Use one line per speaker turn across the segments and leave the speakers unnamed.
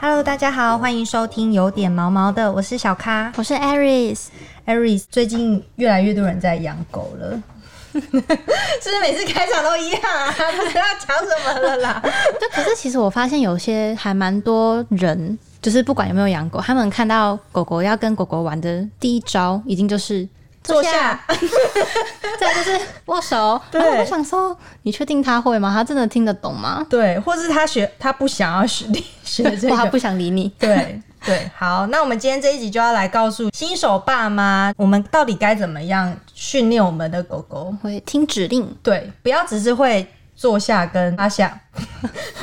Hello，大家好，欢迎收听有点毛毛的，我是小咖
我是 Aris，
Aris。最近越来越多人在养狗了， 是不是每次开场都一样啊？不知道讲什么了啦。
就可是其实我发现有些还蛮多人，就是不管有没有养狗，他们看到狗狗要跟狗狗玩的第一招，一定就是
坐下，
再来就是握手。
对
然后我想说，你确定他会吗？他真的听得懂吗？
对，或是他学他不想要学 学这
哇他
个，
不想理你。
对对，好，那我们今天这一集就要来告诉新手爸妈，我们到底该怎么样训练我们的狗狗？
会听指令，
对，不要只是会坐下跟趴下，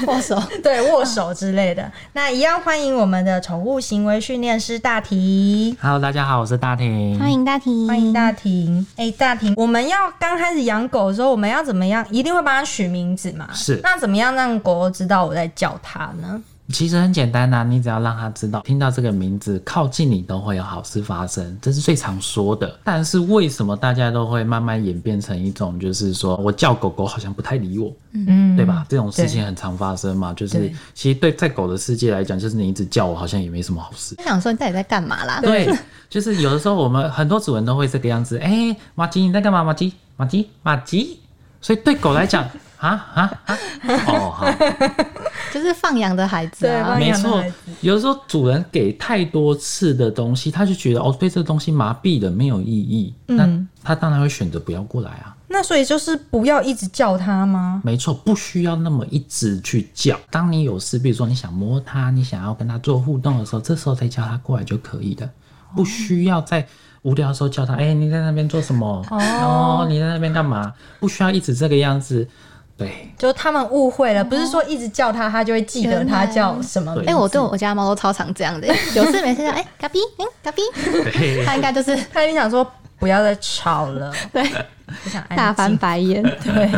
握 手。
对，握手之类的。那一样欢迎我们的宠物行为训练师大婷。
Hello，大家好，我是大婷。
欢迎大体，
欢迎大婷。哎、大婷，我们要刚开始养狗的时候，我们要怎么样？一定会帮它取名字嘛？
是
那怎么样让狗狗知道我在叫它呢？
其实很简单呐、你只要让他知道，听到这个名字，靠近你都会有好事发生，这是最常说的。但是为什么大家都会慢慢演变成一种，就是说我叫狗狗好像不太理我，
嗯，
对吧？这种事
对
情很常发生嘛。就是
对
其实对在狗的世界来讲，就是你一直叫我，好像也没什么好事。
我想说你到底在干嘛啦？
对，就是有的时候我们很多主人都会这个样子，哎、马吉你在干嘛？马吉，马吉，马吉。所以对狗来讲，啊啊啊， 哦好。
就是放养的孩子
对放养。
啊
没
的
错
孩子，
有的时候主人给太多次的东西，他就觉得哦，对这个东西麻痹了，没有意义。那他当然会选择不要过来啊。
那所以就是不要一直叫它吗？
没错，不需要那么一直去叫。当你有事，比如说你想摸它，你想要跟它做互动的时候，这时候再叫它过来就可以了，不需要在无聊的时候叫它。哎、你在那边做什么？哦，你在那边干嘛？不需要一直这个样子。对，
就他们误会
哦
了，不是说一直叫它，它就会记得它叫什么名
哎，
字。
我对我家猫都超常这样的，有事没事就哎，嘎比，嗯，嘎比，
对。
它应该就是
他一定想说不要再吵了，
对
不想安
大翻
静。
白眼。
对，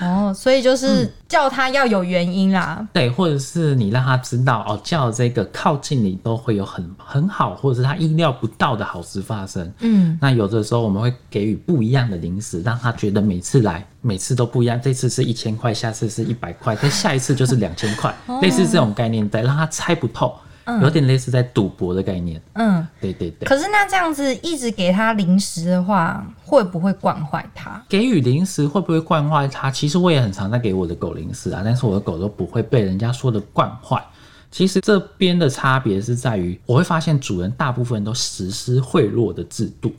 哦，所以就是叫它要有原因啦。
对，或者是你让他知道哦，叫这个靠近你都会有很很好，或者是他意料不到的好事发生。
嗯，
那有的时候我们会给予不一样的零食，让他觉得每次来每次都不一样，这次是一千块，下次是一百块，但下一次就是两 千块，类似这种概念在让他猜不透，有点类似在赌博的概念。
嗯，
对对对。
可是那这样子一直给它零食的话，会不会惯坏它？
给予零食会不会惯坏它？其实我也很常在给我的狗零食啊，但是我的狗都不会被人家说的惯坏。其实这边的差别是在于，我会发现主人大部分都实施贿赂的制度。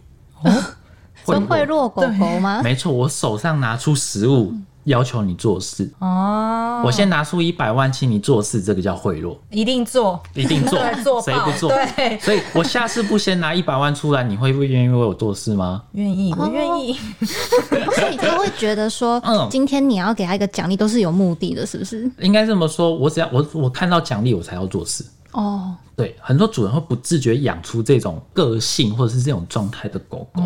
什么贿赂狗狗
啊
吗？
没错，我手上拿出食物，
嗯
要求你做事。
哦，
我先拿出一百万，请你做事，这个叫贿赂，
一定做，
一定
对做爆
做，谁不做？
对
所以我下次不先拿一百万出来，你会不愿意为我做事吗？
愿意，我愿意。
所以他会觉得说，
嗯
今天你要给他一个奖励，都是有目的的，是不是？
应该这么说，我只要我我看到奖励，我才要做事。
哦，
对，很多主人会不自觉养出这种个性或者是这种状态的狗
哦
狗，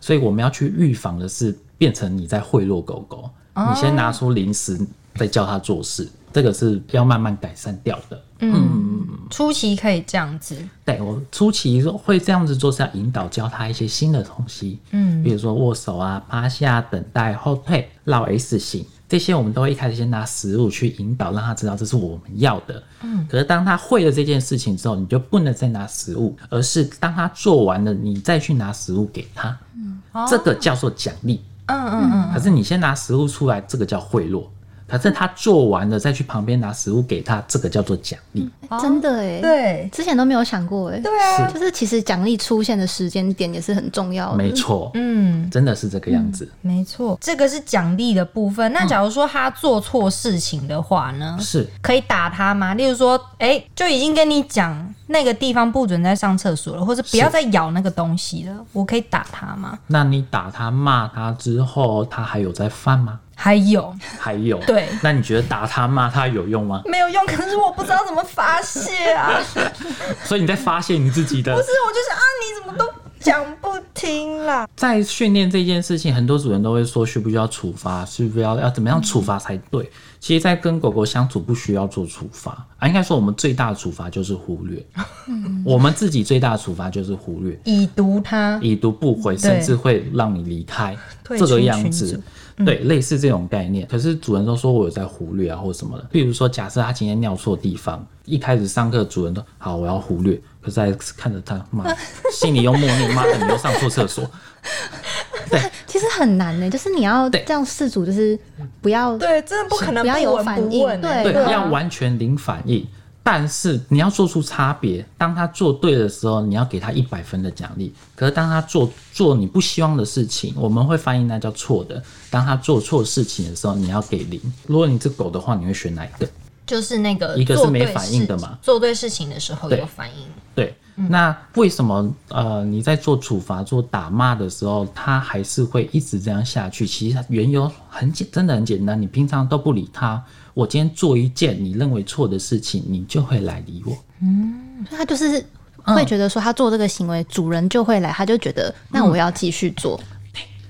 所以我们要去预防的是变成你在贿赂狗狗，你先拿出零食再教它做事，这个是要慢慢改善掉的。
嗯初期可以这样子，
对我初期会这样子做是要引导教它一些新的东西，嗯，比如说握手啊、趴下、等待、后退、绕 S 型。这些我们都会一开始先拿食物去引导，让它知道这是我们要的。嗯，可是当它会了这件事情之后，你就不能再拿食物，而是当它做完了，你再去拿食物给它。嗯，这个叫做奖励。
嗯嗯嗯，
可是你先拿食物出来，这个叫贿赂。可是它做完了再去旁边拿食物给它，这个叫做奖励。
真的哎，，
嗯对，
之前都没有想过哎，
对啊，
就是其实奖励出现的时间点也是很重要的，
没错，
嗯，
真的是这个样子。
没错，这个是奖励的部分。那假如说他做错事情的话呢？
是
可以打他吗？例如说，哎、就已经跟你讲那个地方不准再上厕所了，或者不要再咬那个东西了，我可以打他吗？
那你打他骂他之后，他还有在 犯吗？
还有
还有。
对
那你觉得打他骂他有用 吗？
没有用？可是我不知道怎么发泄 啊！不
所以你在发泄你自己的，
是，我就是啊，你怎么都讲不听啦？
在训练这件事情，很多主人都会说需不需要处罚，需不需要要怎么样处罚才对。其实，在跟狗狗相处不需要做处罚啊，应该说我们最大的处罚就是忽略，
嗯
我们自己最大的处罚就是忽略。
已读他，
已读不回，甚至会让你离开
退
这
出
个样
群
子
组。嗯
对，类似这种概念。可是主人都说我有在忽略啊，或什么的。比如说，假设他今天尿错地方，一开始上课主人都好，我要忽略，可是还看着他，妈，心里又默念，妈的，你又上错厕所。对，
其实很难呢、就是你要
对
让事主就是不要
对，真的不可能
不要有
闻
反
不
应
问
对
欸
对，
啊
要完全零反应。但是你要做出差别，当他做对的时候，你要给他一百分的奖励；可是当他做做你不希望的事情，我们会翻译那叫错的。当他做错事情的时候，你要给零。如果你是狗的话，你会选哪一个？
就是那个
一个是
做
没
对
反应
事
的嘛
做对事情的时候
对
有反应，
对，那为什么呃你在做处罚、做打骂的时候，他还是会一直这样下去？其实它缘由很简，真的很简单。你平常都不理他，我今天做一件你认为错的事情，你就会来理我。
所以他就是会觉得说，他做这个行为，主人就会来，他就觉得那我要继续做。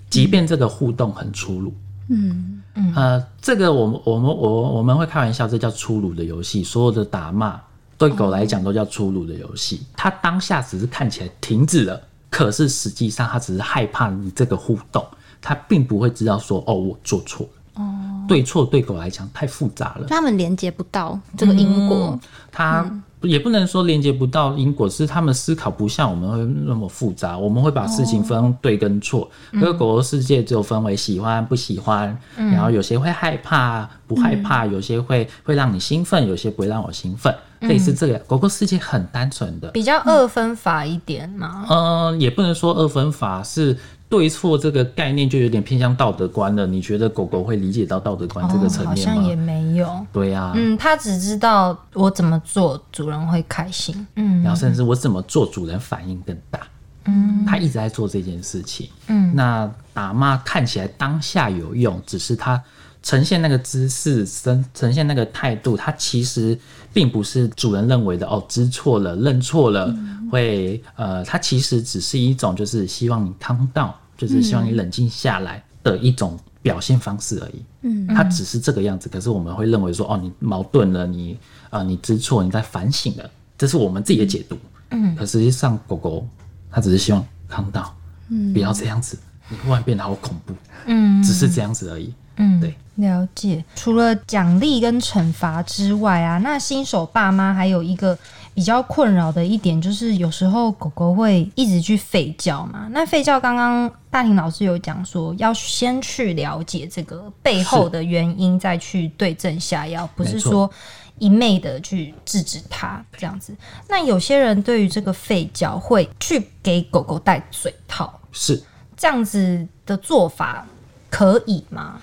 即便这个互动很粗鲁。嗯嗯，呃，这个我们我们我我们会开玩笑，这叫粗鲁的游戏。所有的打骂对狗来讲都叫粗鲁的游戏。它当下只是看起来停止了，可是实际上它只是害怕你这个互动，它并不会知道说哦我做错了。哦，对错对狗来讲太复杂了
就。他们连接不到这个因果，
它
嗯
也不能说连接不到因果，是他们思考不像我们会那么复杂，我们会把事
哦
情分对跟错。可
嗯
是狗狗世界只有分为喜欢、不喜欢，然后有些会害怕、不害
嗯
怕，有些会会让你兴奋，有些不会让我兴奋。类似这个，狗狗世界很单纯的，
嗯比较二分法一点嘛。
嗯，也不能说二分法是对错这个概念就有点偏向道德观了。你觉得狗狗会理解到道德观这个层
哦好
面
像也
吗？
没有。
对啊呀、
嗯，他只知道我怎么做，主人会开心。嗯，
然后甚至我怎么做主人反应更大。嗯，他一直在做这件事情。嗯，那打骂看起来当下有用，只是他呈现那个姿势、呈呈现那个态度，他其实并不是主人认为的哦，知错了、认错了，会呃，他其实只是一种就是希望你 calm down，就是希望你冷静下来的一种表现方式而已。嗯，他只是这个样子，可是我们会认为说哦，你矛盾了，你啊、呃你知错，你在反省了。这是我们自己的解读。嗯，可实际上狗狗它只是希望康到，嗯，不要这样子，你忽然变得好恐怖，嗯，只是这样子而已。
嗯
对，
了解。除了奖励跟惩罚之外啊，那新手爸妈还有一个比较困扰的一点，就是有时候狗狗会一直去吠叫嘛。那吠叫，刚刚大婷老师有讲说，要先去了解这个背后的原因，再去对症下药，不是
没错
说一昧的去制止它这样子。那有些人对于这个吠叫，会去给狗狗戴嘴套，
是，
这样子的做法可以吗？
嗯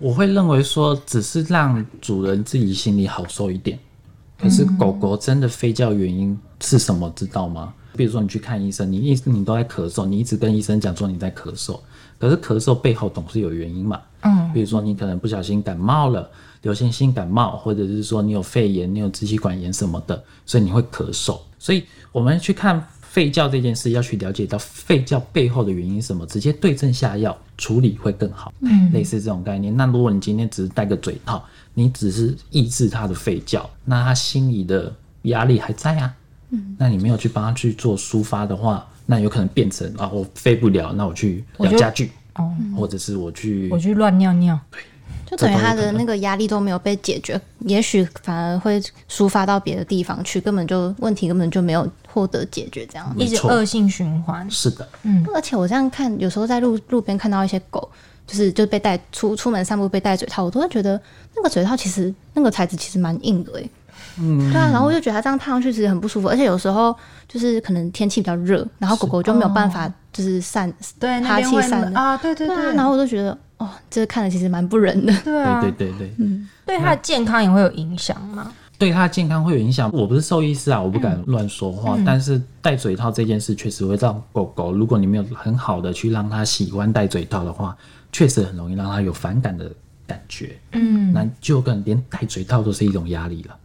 我会认为说，只是让主人自己心里好受一点。可是狗狗真的吠叫原因是什么，知道吗？比如说你去看医生，你一你都在咳嗽，你一直跟医生讲说你在咳嗽，可是咳嗽背后总是有原因嘛。
嗯，
比如说你可能不小心感冒了，流行性感冒，或者是说你有肺炎、你有支气管炎什么的，所以你会咳嗽。所以我们去看吠叫这件事，要去了解到吠叫背后的原因是什么，直接对症下药处理会更好。嗯，类似这种概念。那如果你今天只是戴个嘴套，你只是抑制它的吠叫，那它心里的压力还在啊。嗯，那你没有去帮它去做抒发的话，那有可能变成啊，我飞不了，那我去
我
聊
就
家具，
哦
或者是我去
我去乱尿尿。
就等于他的那个压力都没有被解决，也许反而会抒发到别的地方去，根本就问题根本就没有获得解决，这样。
一
没
直
错
恶性循环。
是的，
而且我这样看，有时候在路路边看到一些狗，就是就被戴出出门散步被戴嘴套，我都会觉得那个嘴套其实那个材质其实蛮硬的诶、嗯，对啊，然后我就觉得它这样烫上去其实很不舒服，而且有时候就是可能天气比较热，然后狗狗就没有办法就是散，
对，那
哈
边
气
会
散的，
啊，对对
对
对，
啊，然后我就觉得哦，这个看了其实蛮不忍的。
对啊，
对对对对，
对它的健康也会有影响嘛。
对它的健康会有影响。我不是兽医师啊，我不敢乱说话，但是戴嘴套这件事确实会让狗狗，如果你没有很好的去让它喜欢戴嘴套的话，确实很容易让它有反感的感觉。嗯，那就可能连戴嘴套都是一种压力了。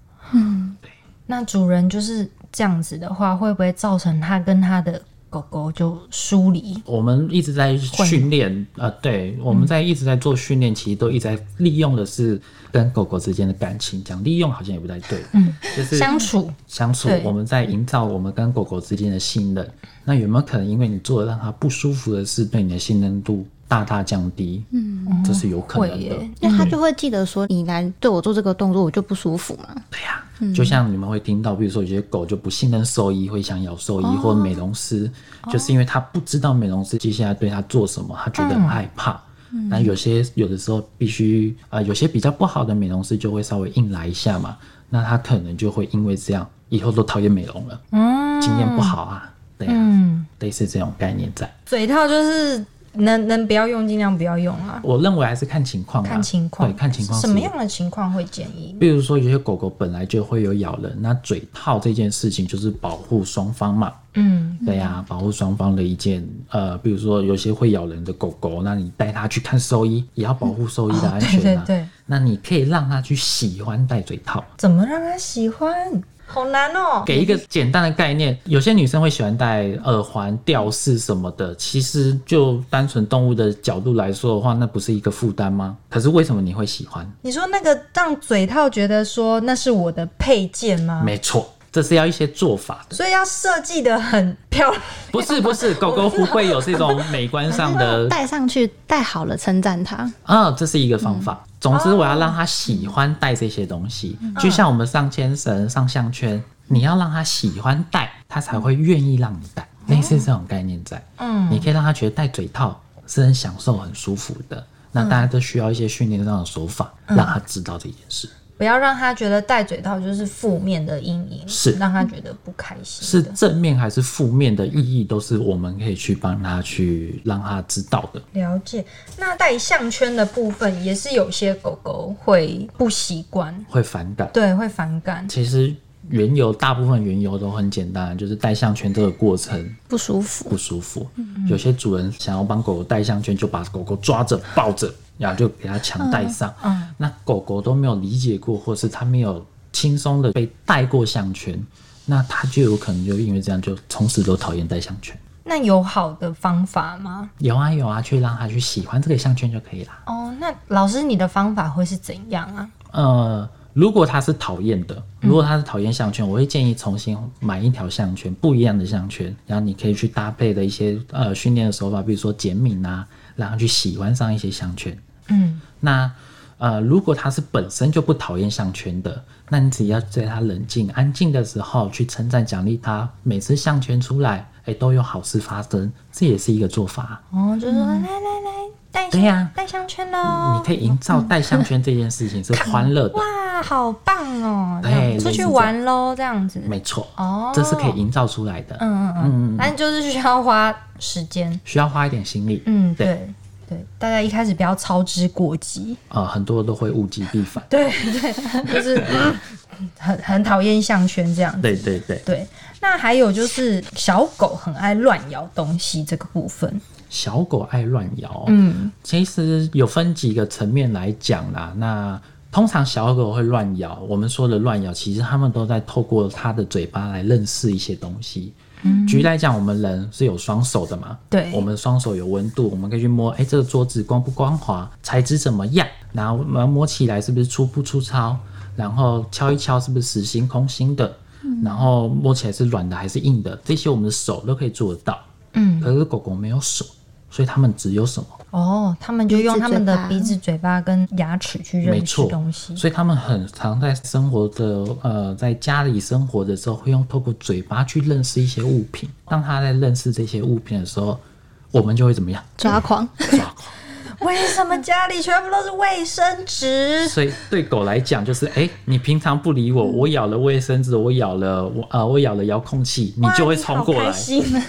那主人就是这样子的话，会不会造成它跟它的狗狗就疏离？
我们一直在训练，呃，对，我们在一直在做训练，其实都一直在利用的是跟狗狗之间的感情。讲利用好像也不太对，嗯，就是
相处
相处
对，
我们在营造我们跟狗狗之间的信任。那有没有可能因为你做了让它不舒服的事，对你的信任度大大降低，嗯，这是有可能的
会耶。
因为他就会记得说你来对我做这个动作，我就不舒服嘛。
对呀、
嗯
就像你们会听到，比如说有些狗就不信任兽医，会想咬兽医、
哦
或美容师，就是因为他不知道美容师接下来对他做什么，他觉得很害怕。
嗯
那有些有的时候必须啊、呃有些比较不好的美容师就会稍微硬来一下嘛，那他可能就会因为这样以后都讨厌美容了，
嗯
经验不好啊，对呀、
嗯，
类似这种概念在。
嘴套就是能能不要用尽量不要用啊，
我认为还是看情况啊，
看情况，
对，看情况
什
是
么样的情况会建议？
比如说，有些狗狗本来就会有咬人，那嘴套这件事情就是保护双方嘛。
嗯，
对呀、保护双方的一件呃，比如说有些会咬人的狗狗，那你带它去看兽医，也要保护兽医的安全啊。
哦对对对哦
那你可以让它去喜欢戴嘴套，
怎么让他喜欢？好难哦。
给一个简单的概念。有些女生会喜欢戴耳环、吊饰什么的，其实就单纯动物的角度来说的话，那不是一个负担吗？可是为什么你会喜欢？
你说那个让嘴套觉得说那是我的配件吗？
没错，这是要一些做法的。
所以要设计的很漂亮。
不是不是，狗狗不会有这种美观上的
戴上去戴好了，称赞他。
啊、这是一个方法。总之，我要让它喜欢戴这些东西，就像我们上牵绳、上项圈，你要让它喜欢戴，它才会愿意让你戴，类似这种概念在。
嗯
你可以让它觉得戴嘴套是很享受、很舒服的。那大家都需要一些训练上的手法，让它知道这件事。
不要让他觉得戴嘴套就是负面的阴影，
是
让他觉得不开心。
是，正面还是负面的意义，都是我们可以去帮它去让它知道的。
了解。那戴项圈的部分也是有些狗狗会不习惯，
会反感，
对，会反感。
其实缘由大部分缘由都很简单，就是戴项圈这个过程
不舒服
不，舒服。有些主人想要帮狗狗戴项圈，就把狗狗抓着抱着，然后就给它强戴上。那狗狗都没有理解过，或是它没有轻松的被戴过项圈，那它就有可能就因为这样，就从此都讨厌戴项圈。
那有好的方法吗？
有啊有啊，去让它去喜欢这个项圈就可以啦。
哦，那老师你的方法会是怎样啊？
呃，如果他是讨厌的，
嗯
如果他是讨厌项圈，我会建议重新买一条项圈，不一样的项圈，然后你可以去搭配的一些呃训练的手法，比如说减敏啊，然后去喜欢上一些项圈。
嗯，
那呃，如果他是本身就不讨厌项圈的，那你只要在他冷静、安静的时候去称赞、奖励他，每次项圈出来，哎，都有好事发生，这也是一个做法啊。
哦，就是说、来来来，戴
对呀
戴项圈喽
你。可以营造戴项圈这件事情是欢乐的，
哇，啊好棒哦！这
哎对
样
类似
出去玩喽，这样子。
没错，
哦
这是可以营造出来的。
嗯嗯嗯，但就是需要花时间。
需要花一点心力。
嗯，
对
对对，大家一开始不要操之过急。
呃，很多都会物极必反。
对 对，就是很很讨厌项圈这样子。
对对对，
对，那还有就是小狗很爱乱咬东西这个部分。
小狗爱乱咬，
嗯，
其实有分几个层面来讲啦。那通常小狗会乱咬，我们说的乱咬，其实它们都在透过它的嘴巴来认识一些东西。举例来讲，我们人是有双手的嘛？
嗯对
我们双手有温度，我们可以去摸，哎、这个桌子光不光滑，材质怎么样？然后我们摸起来是不是粗不粗糙？然后敲一敲是不是实心空心的？
嗯
然后摸起来是软的还是硬的？这些我们的手都可以做得到。
嗯，
可是狗狗没有手，所以它们只有什么？
哦，他们就用他们的
鼻
鼻
子
子、嘴巴跟牙齿去
没
认识
错
东西。
所以他们很常在生活的呃，在家里生活的时候，会用透过嘴巴去认识一些物品。当他在认识这些物品的时候，我们就会怎 么样？
抓 狂。
抓狂。
为什么家里全部都是卫生纸？
所以对狗来讲，就是哎、诶你平常不理我，我咬了卫生纸，我咬了我呃，我咬了遥控器，你
哇
就会冲过
好
来
开，心啊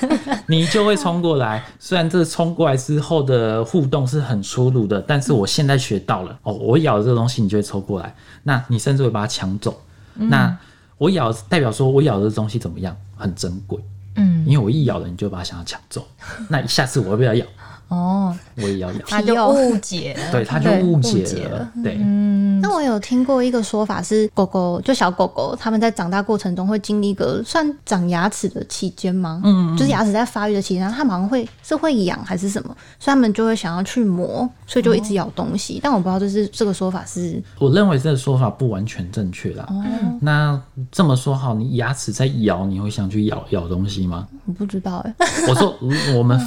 你就会冲过来。虽然这冲过来之后的互动是很粗鲁的，但是我现在学到了哦，我咬了这个东西，你就会冲过来。那你甚至会把它抢走。那我咬代表说我咬的东西怎么样，很珍贵，
嗯，
因为我一咬了，你就把它想要抢走。那下次我要不要咬？
哦，
我也要咬。
他就误解了。
对，他就
对
误
误
解
解
了
了。
对，
嗯，
那我有听过一个说法是，狗狗就小狗狗，它们在长大过程中会经历一个算长牙齿的期间吗？嗯，就是牙齿在发育的期间，然后它们好像会是会痒还是什么，所以它们就会想要去磨，所以就一直咬东西。但我不知道这是这个说法是
我认为这个说法不完全正确啦。那这么说好，你牙齿在咬，你会想去咬咬东西吗？
我不知道哎、
我说嗯我们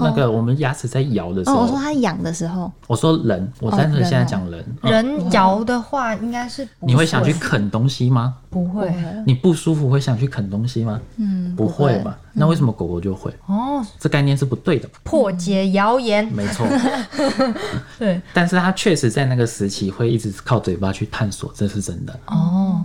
那个我们牙齿在咬的时
哦，
候
我，说它痒的时候，
我说人，我单纯现在讲人，嗯
人摇的话，应该啊哦是不
你会想去啃东西吗？
不会
你不舒服会想去啃东西吗？嗯，不会嘛。那为什么狗狗就会？
哦？
这概念是不对的，
破解谣言，
没错。
对
但是它确实在那个时期会一直靠嘴巴去探索，这是真的。
哦。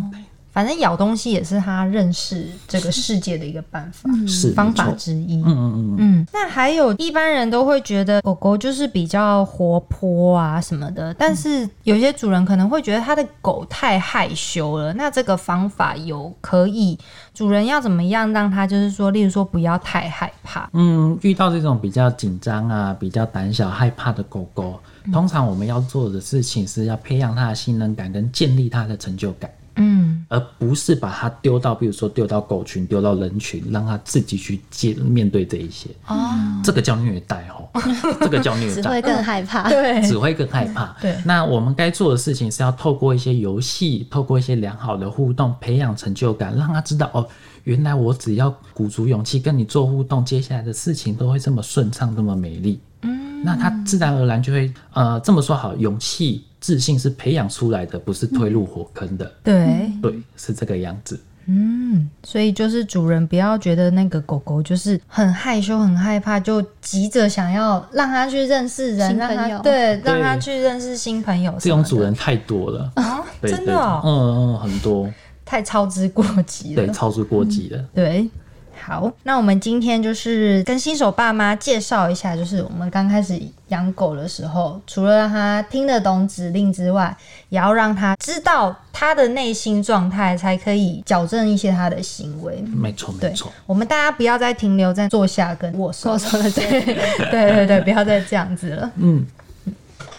反正咬东西也是他认识这个世界的一个办法，
是
方法
没错
之一。
嗯嗯嗯，
嗯，那还有一般人都会觉得狗狗就是比较活泼啊什么的，但是有些主人可能会觉得他的狗太害羞了。那这个方法有可以，主人要怎么样让它就是说，例如说不要太害怕，
嗯，遇到这种比较紧张啊、比较胆小、害怕的狗狗，通常我们要做的事情是要培养它的信任感跟建立它的成就感，
嗯，
而不是把它丢到，比如说丢到狗群、丢到人群，让它自己去接面对这一些。
哦，
这个叫虐待哦，这个叫虐
只
待
会。更害怕。
对
只会更害怕。
哎 对
那我们该做的事情是要透过一些游戏，透过一些良好的互动，培养成就感，让他知道哦，原来我只要鼓足勇气跟你做互动，接下来的事情都会这么顺畅，这么美丽。嗯，那他自然而然就会呃，这么说好，勇气、自信是培养出来的，不是推入火坑的。
对，
对，是这个样子。
嗯，所以就是主人不要觉得那个狗狗就是很害羞、很害怕，就急着想要让它去认识人，
新
让它
朋友
对，让它
对
去认识新朋友什
这
么的。
种主人太多了，
啊，
对
真
对
的哦，嗯
嗯嗯，很多，
太操之过急了。
对，操之过急了。
对，好，那我们今天就是跟新手爸妈介绍一下，就是我们刚开始养狗的时候，除了让它听得懂指令之外，也要让它知道它的内心状态，才可以矫正一些它的行为。
没错，
对
没错。，
我们大家不要再停留在坐下跟握手，
我说的对。
对对对，不要再这样子了。
嗯，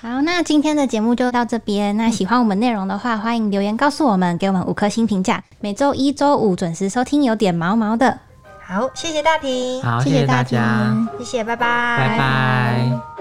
好，那今天的节目就到这边。那喜欢我们内容的话，欢迎留言告诉我们，给我们五颗星评价。每周一、周五准时收听，有点毛毛的。
好，谢谢大婷，
好，
谢
谢
谢
谢大
大家
家，
谢谢，拜
拜拜